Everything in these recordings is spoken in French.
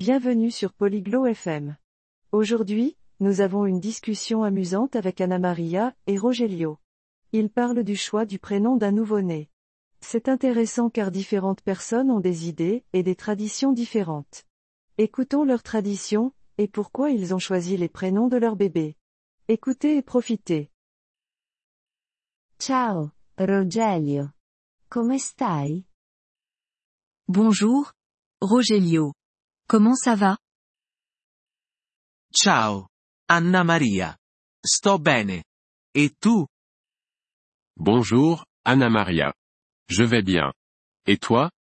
Bienvenue sur Polyglot FM. Aujourd'hui, nous avons une discussion amusante avec Anna Maria et Rogelio. Ils parlent du choix du prénom d'un nouveau-né. C'est intéressant car différentes personnes ont des idées et des traditions différentes. Écoutons leurs traditions et pourquoi ils ont choisi les prénoms de leur bébé. Écoutez et profitez. Ciao, Rogelio. Come stai? Bonjour, Rogelio. Comment ça va? Ciao, Anna Maria. Sto bene. Et tu? Bonjour, Anna Maria. Je vais bien. Et toi?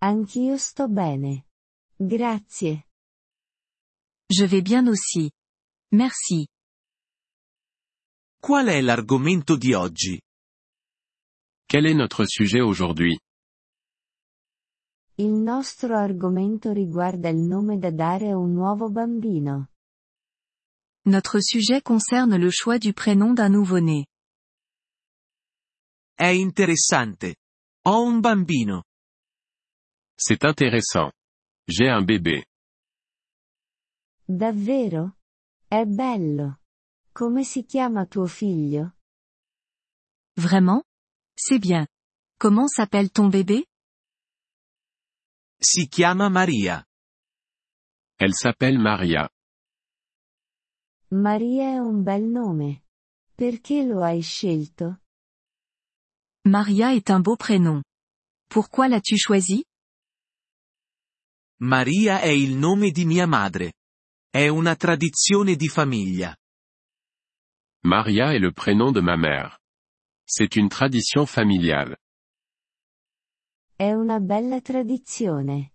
Anch'io sto bene. Grazie. Je vais bien aussi. Merci. Qual è l'argomento di oggi? Quel est notre sujet aujourd'hui? Il nostro argomento riguarda il nome da dare a un nuovo bambino. Notre sujet concerne le choix du prénom d'un nouveau-né. È interessante. Ho un bambino. C'est intéressant. J'ai un bébé. Davvero? È bello. Come si chiama tuo figlio? Vraiment? C'est bien. Comment s'appelle ton bébé? Si chiama Maria. Elle s'appelle Maria. Maria è un bel nome. Perché lo hai scelto? Maria est un beau prénom. Pourquoi l'as-tu choisi? Maria è il nome di mia madre. È una tradizione di famiglia. Maria est le prénom de ma mère. C'est une tradition familiale. È una bella tradizione.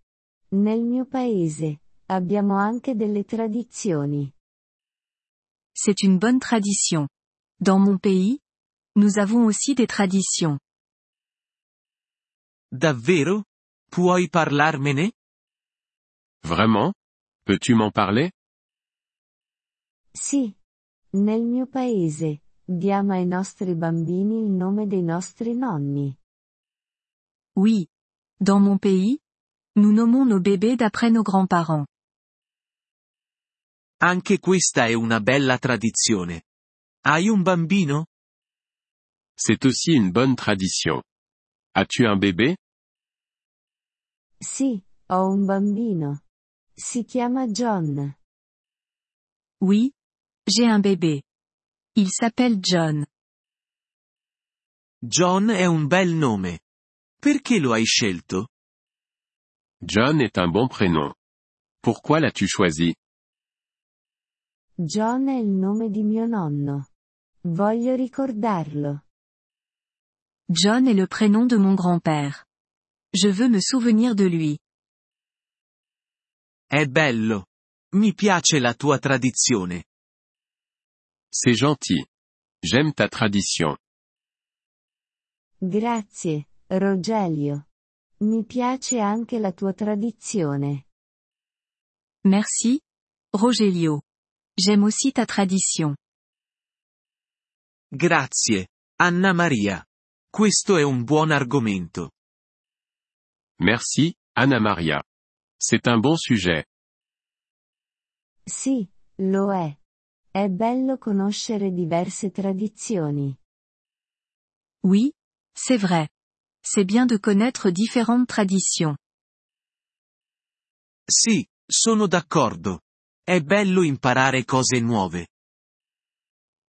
Nel mio paese, abbiamo anche delle tradizioni. C'est une bonne tradition. Dans mon pays, nous avons aussi des traditions. Davvero? Puoi parlarmene? Vraiment? Peux-tu m'en parler? Sì. Nel mio paese, diamo ai nostri bambini il nome dei nostri nonni. Oui. Dans mon pays, nous nommons nos bébés d'après nos grands-parents. Anche questa è una bella tradizione. Hai un bambino? C'est aussi une bonne tradition. As-tu un bébé? Sì, ho un bambino. Si chiama John. Oui. J'ai un bébé. Il s'appelle John. John è un bel nome. Perché lo hai scelto? John est un bon prénom. Pourquoi l'as-tu choisi? John è il nome di mio nonno. Voglio ricordarlo. John est le prénom de mon grand-père. Je veux me souvenir de lui. È bello. Mi piace la tua tradizione. C'est gentil. J'aime ta tradition. Grazie, Rogelio. Mi piace anche la tua tradizione. Merci, Rogelio. J'aime aussi ta tradition. Grazie, Anna Maria. Questo è un buon argomento. Merci, Anna Maria. C'est un bon sujet. Sì, lo è. È bello conoscere diverse tradizioni. Oui, c'est vrai. C'est bien de connaître différentes traditions. Sì, sono d'accordo. È bello imparare cose nuove.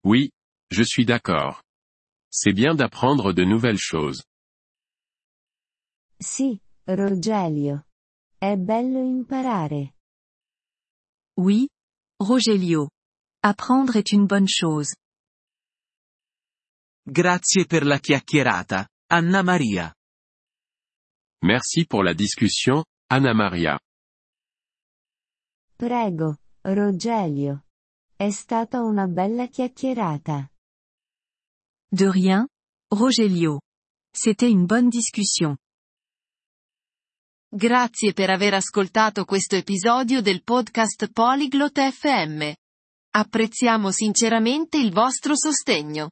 Oui, je suis d'accord. C'est bien d'apprendre de nouvelles choses. Sì, Rogelio. È bello imparare. Oui, Rogelio. Apprendre est une bonne chose. Grazie per la chiacchierata, Anna Maria. Merci pour la discussion, Anna Maria. Prego, Rogelio. È stata una bella chiacchierata. De rien, Rogelio. C'était une bonne discussion. Grazie per aver ascoltato questo episodio del podcast Polyglot FM. Apprezziamo sinceramente il vostro sostegno.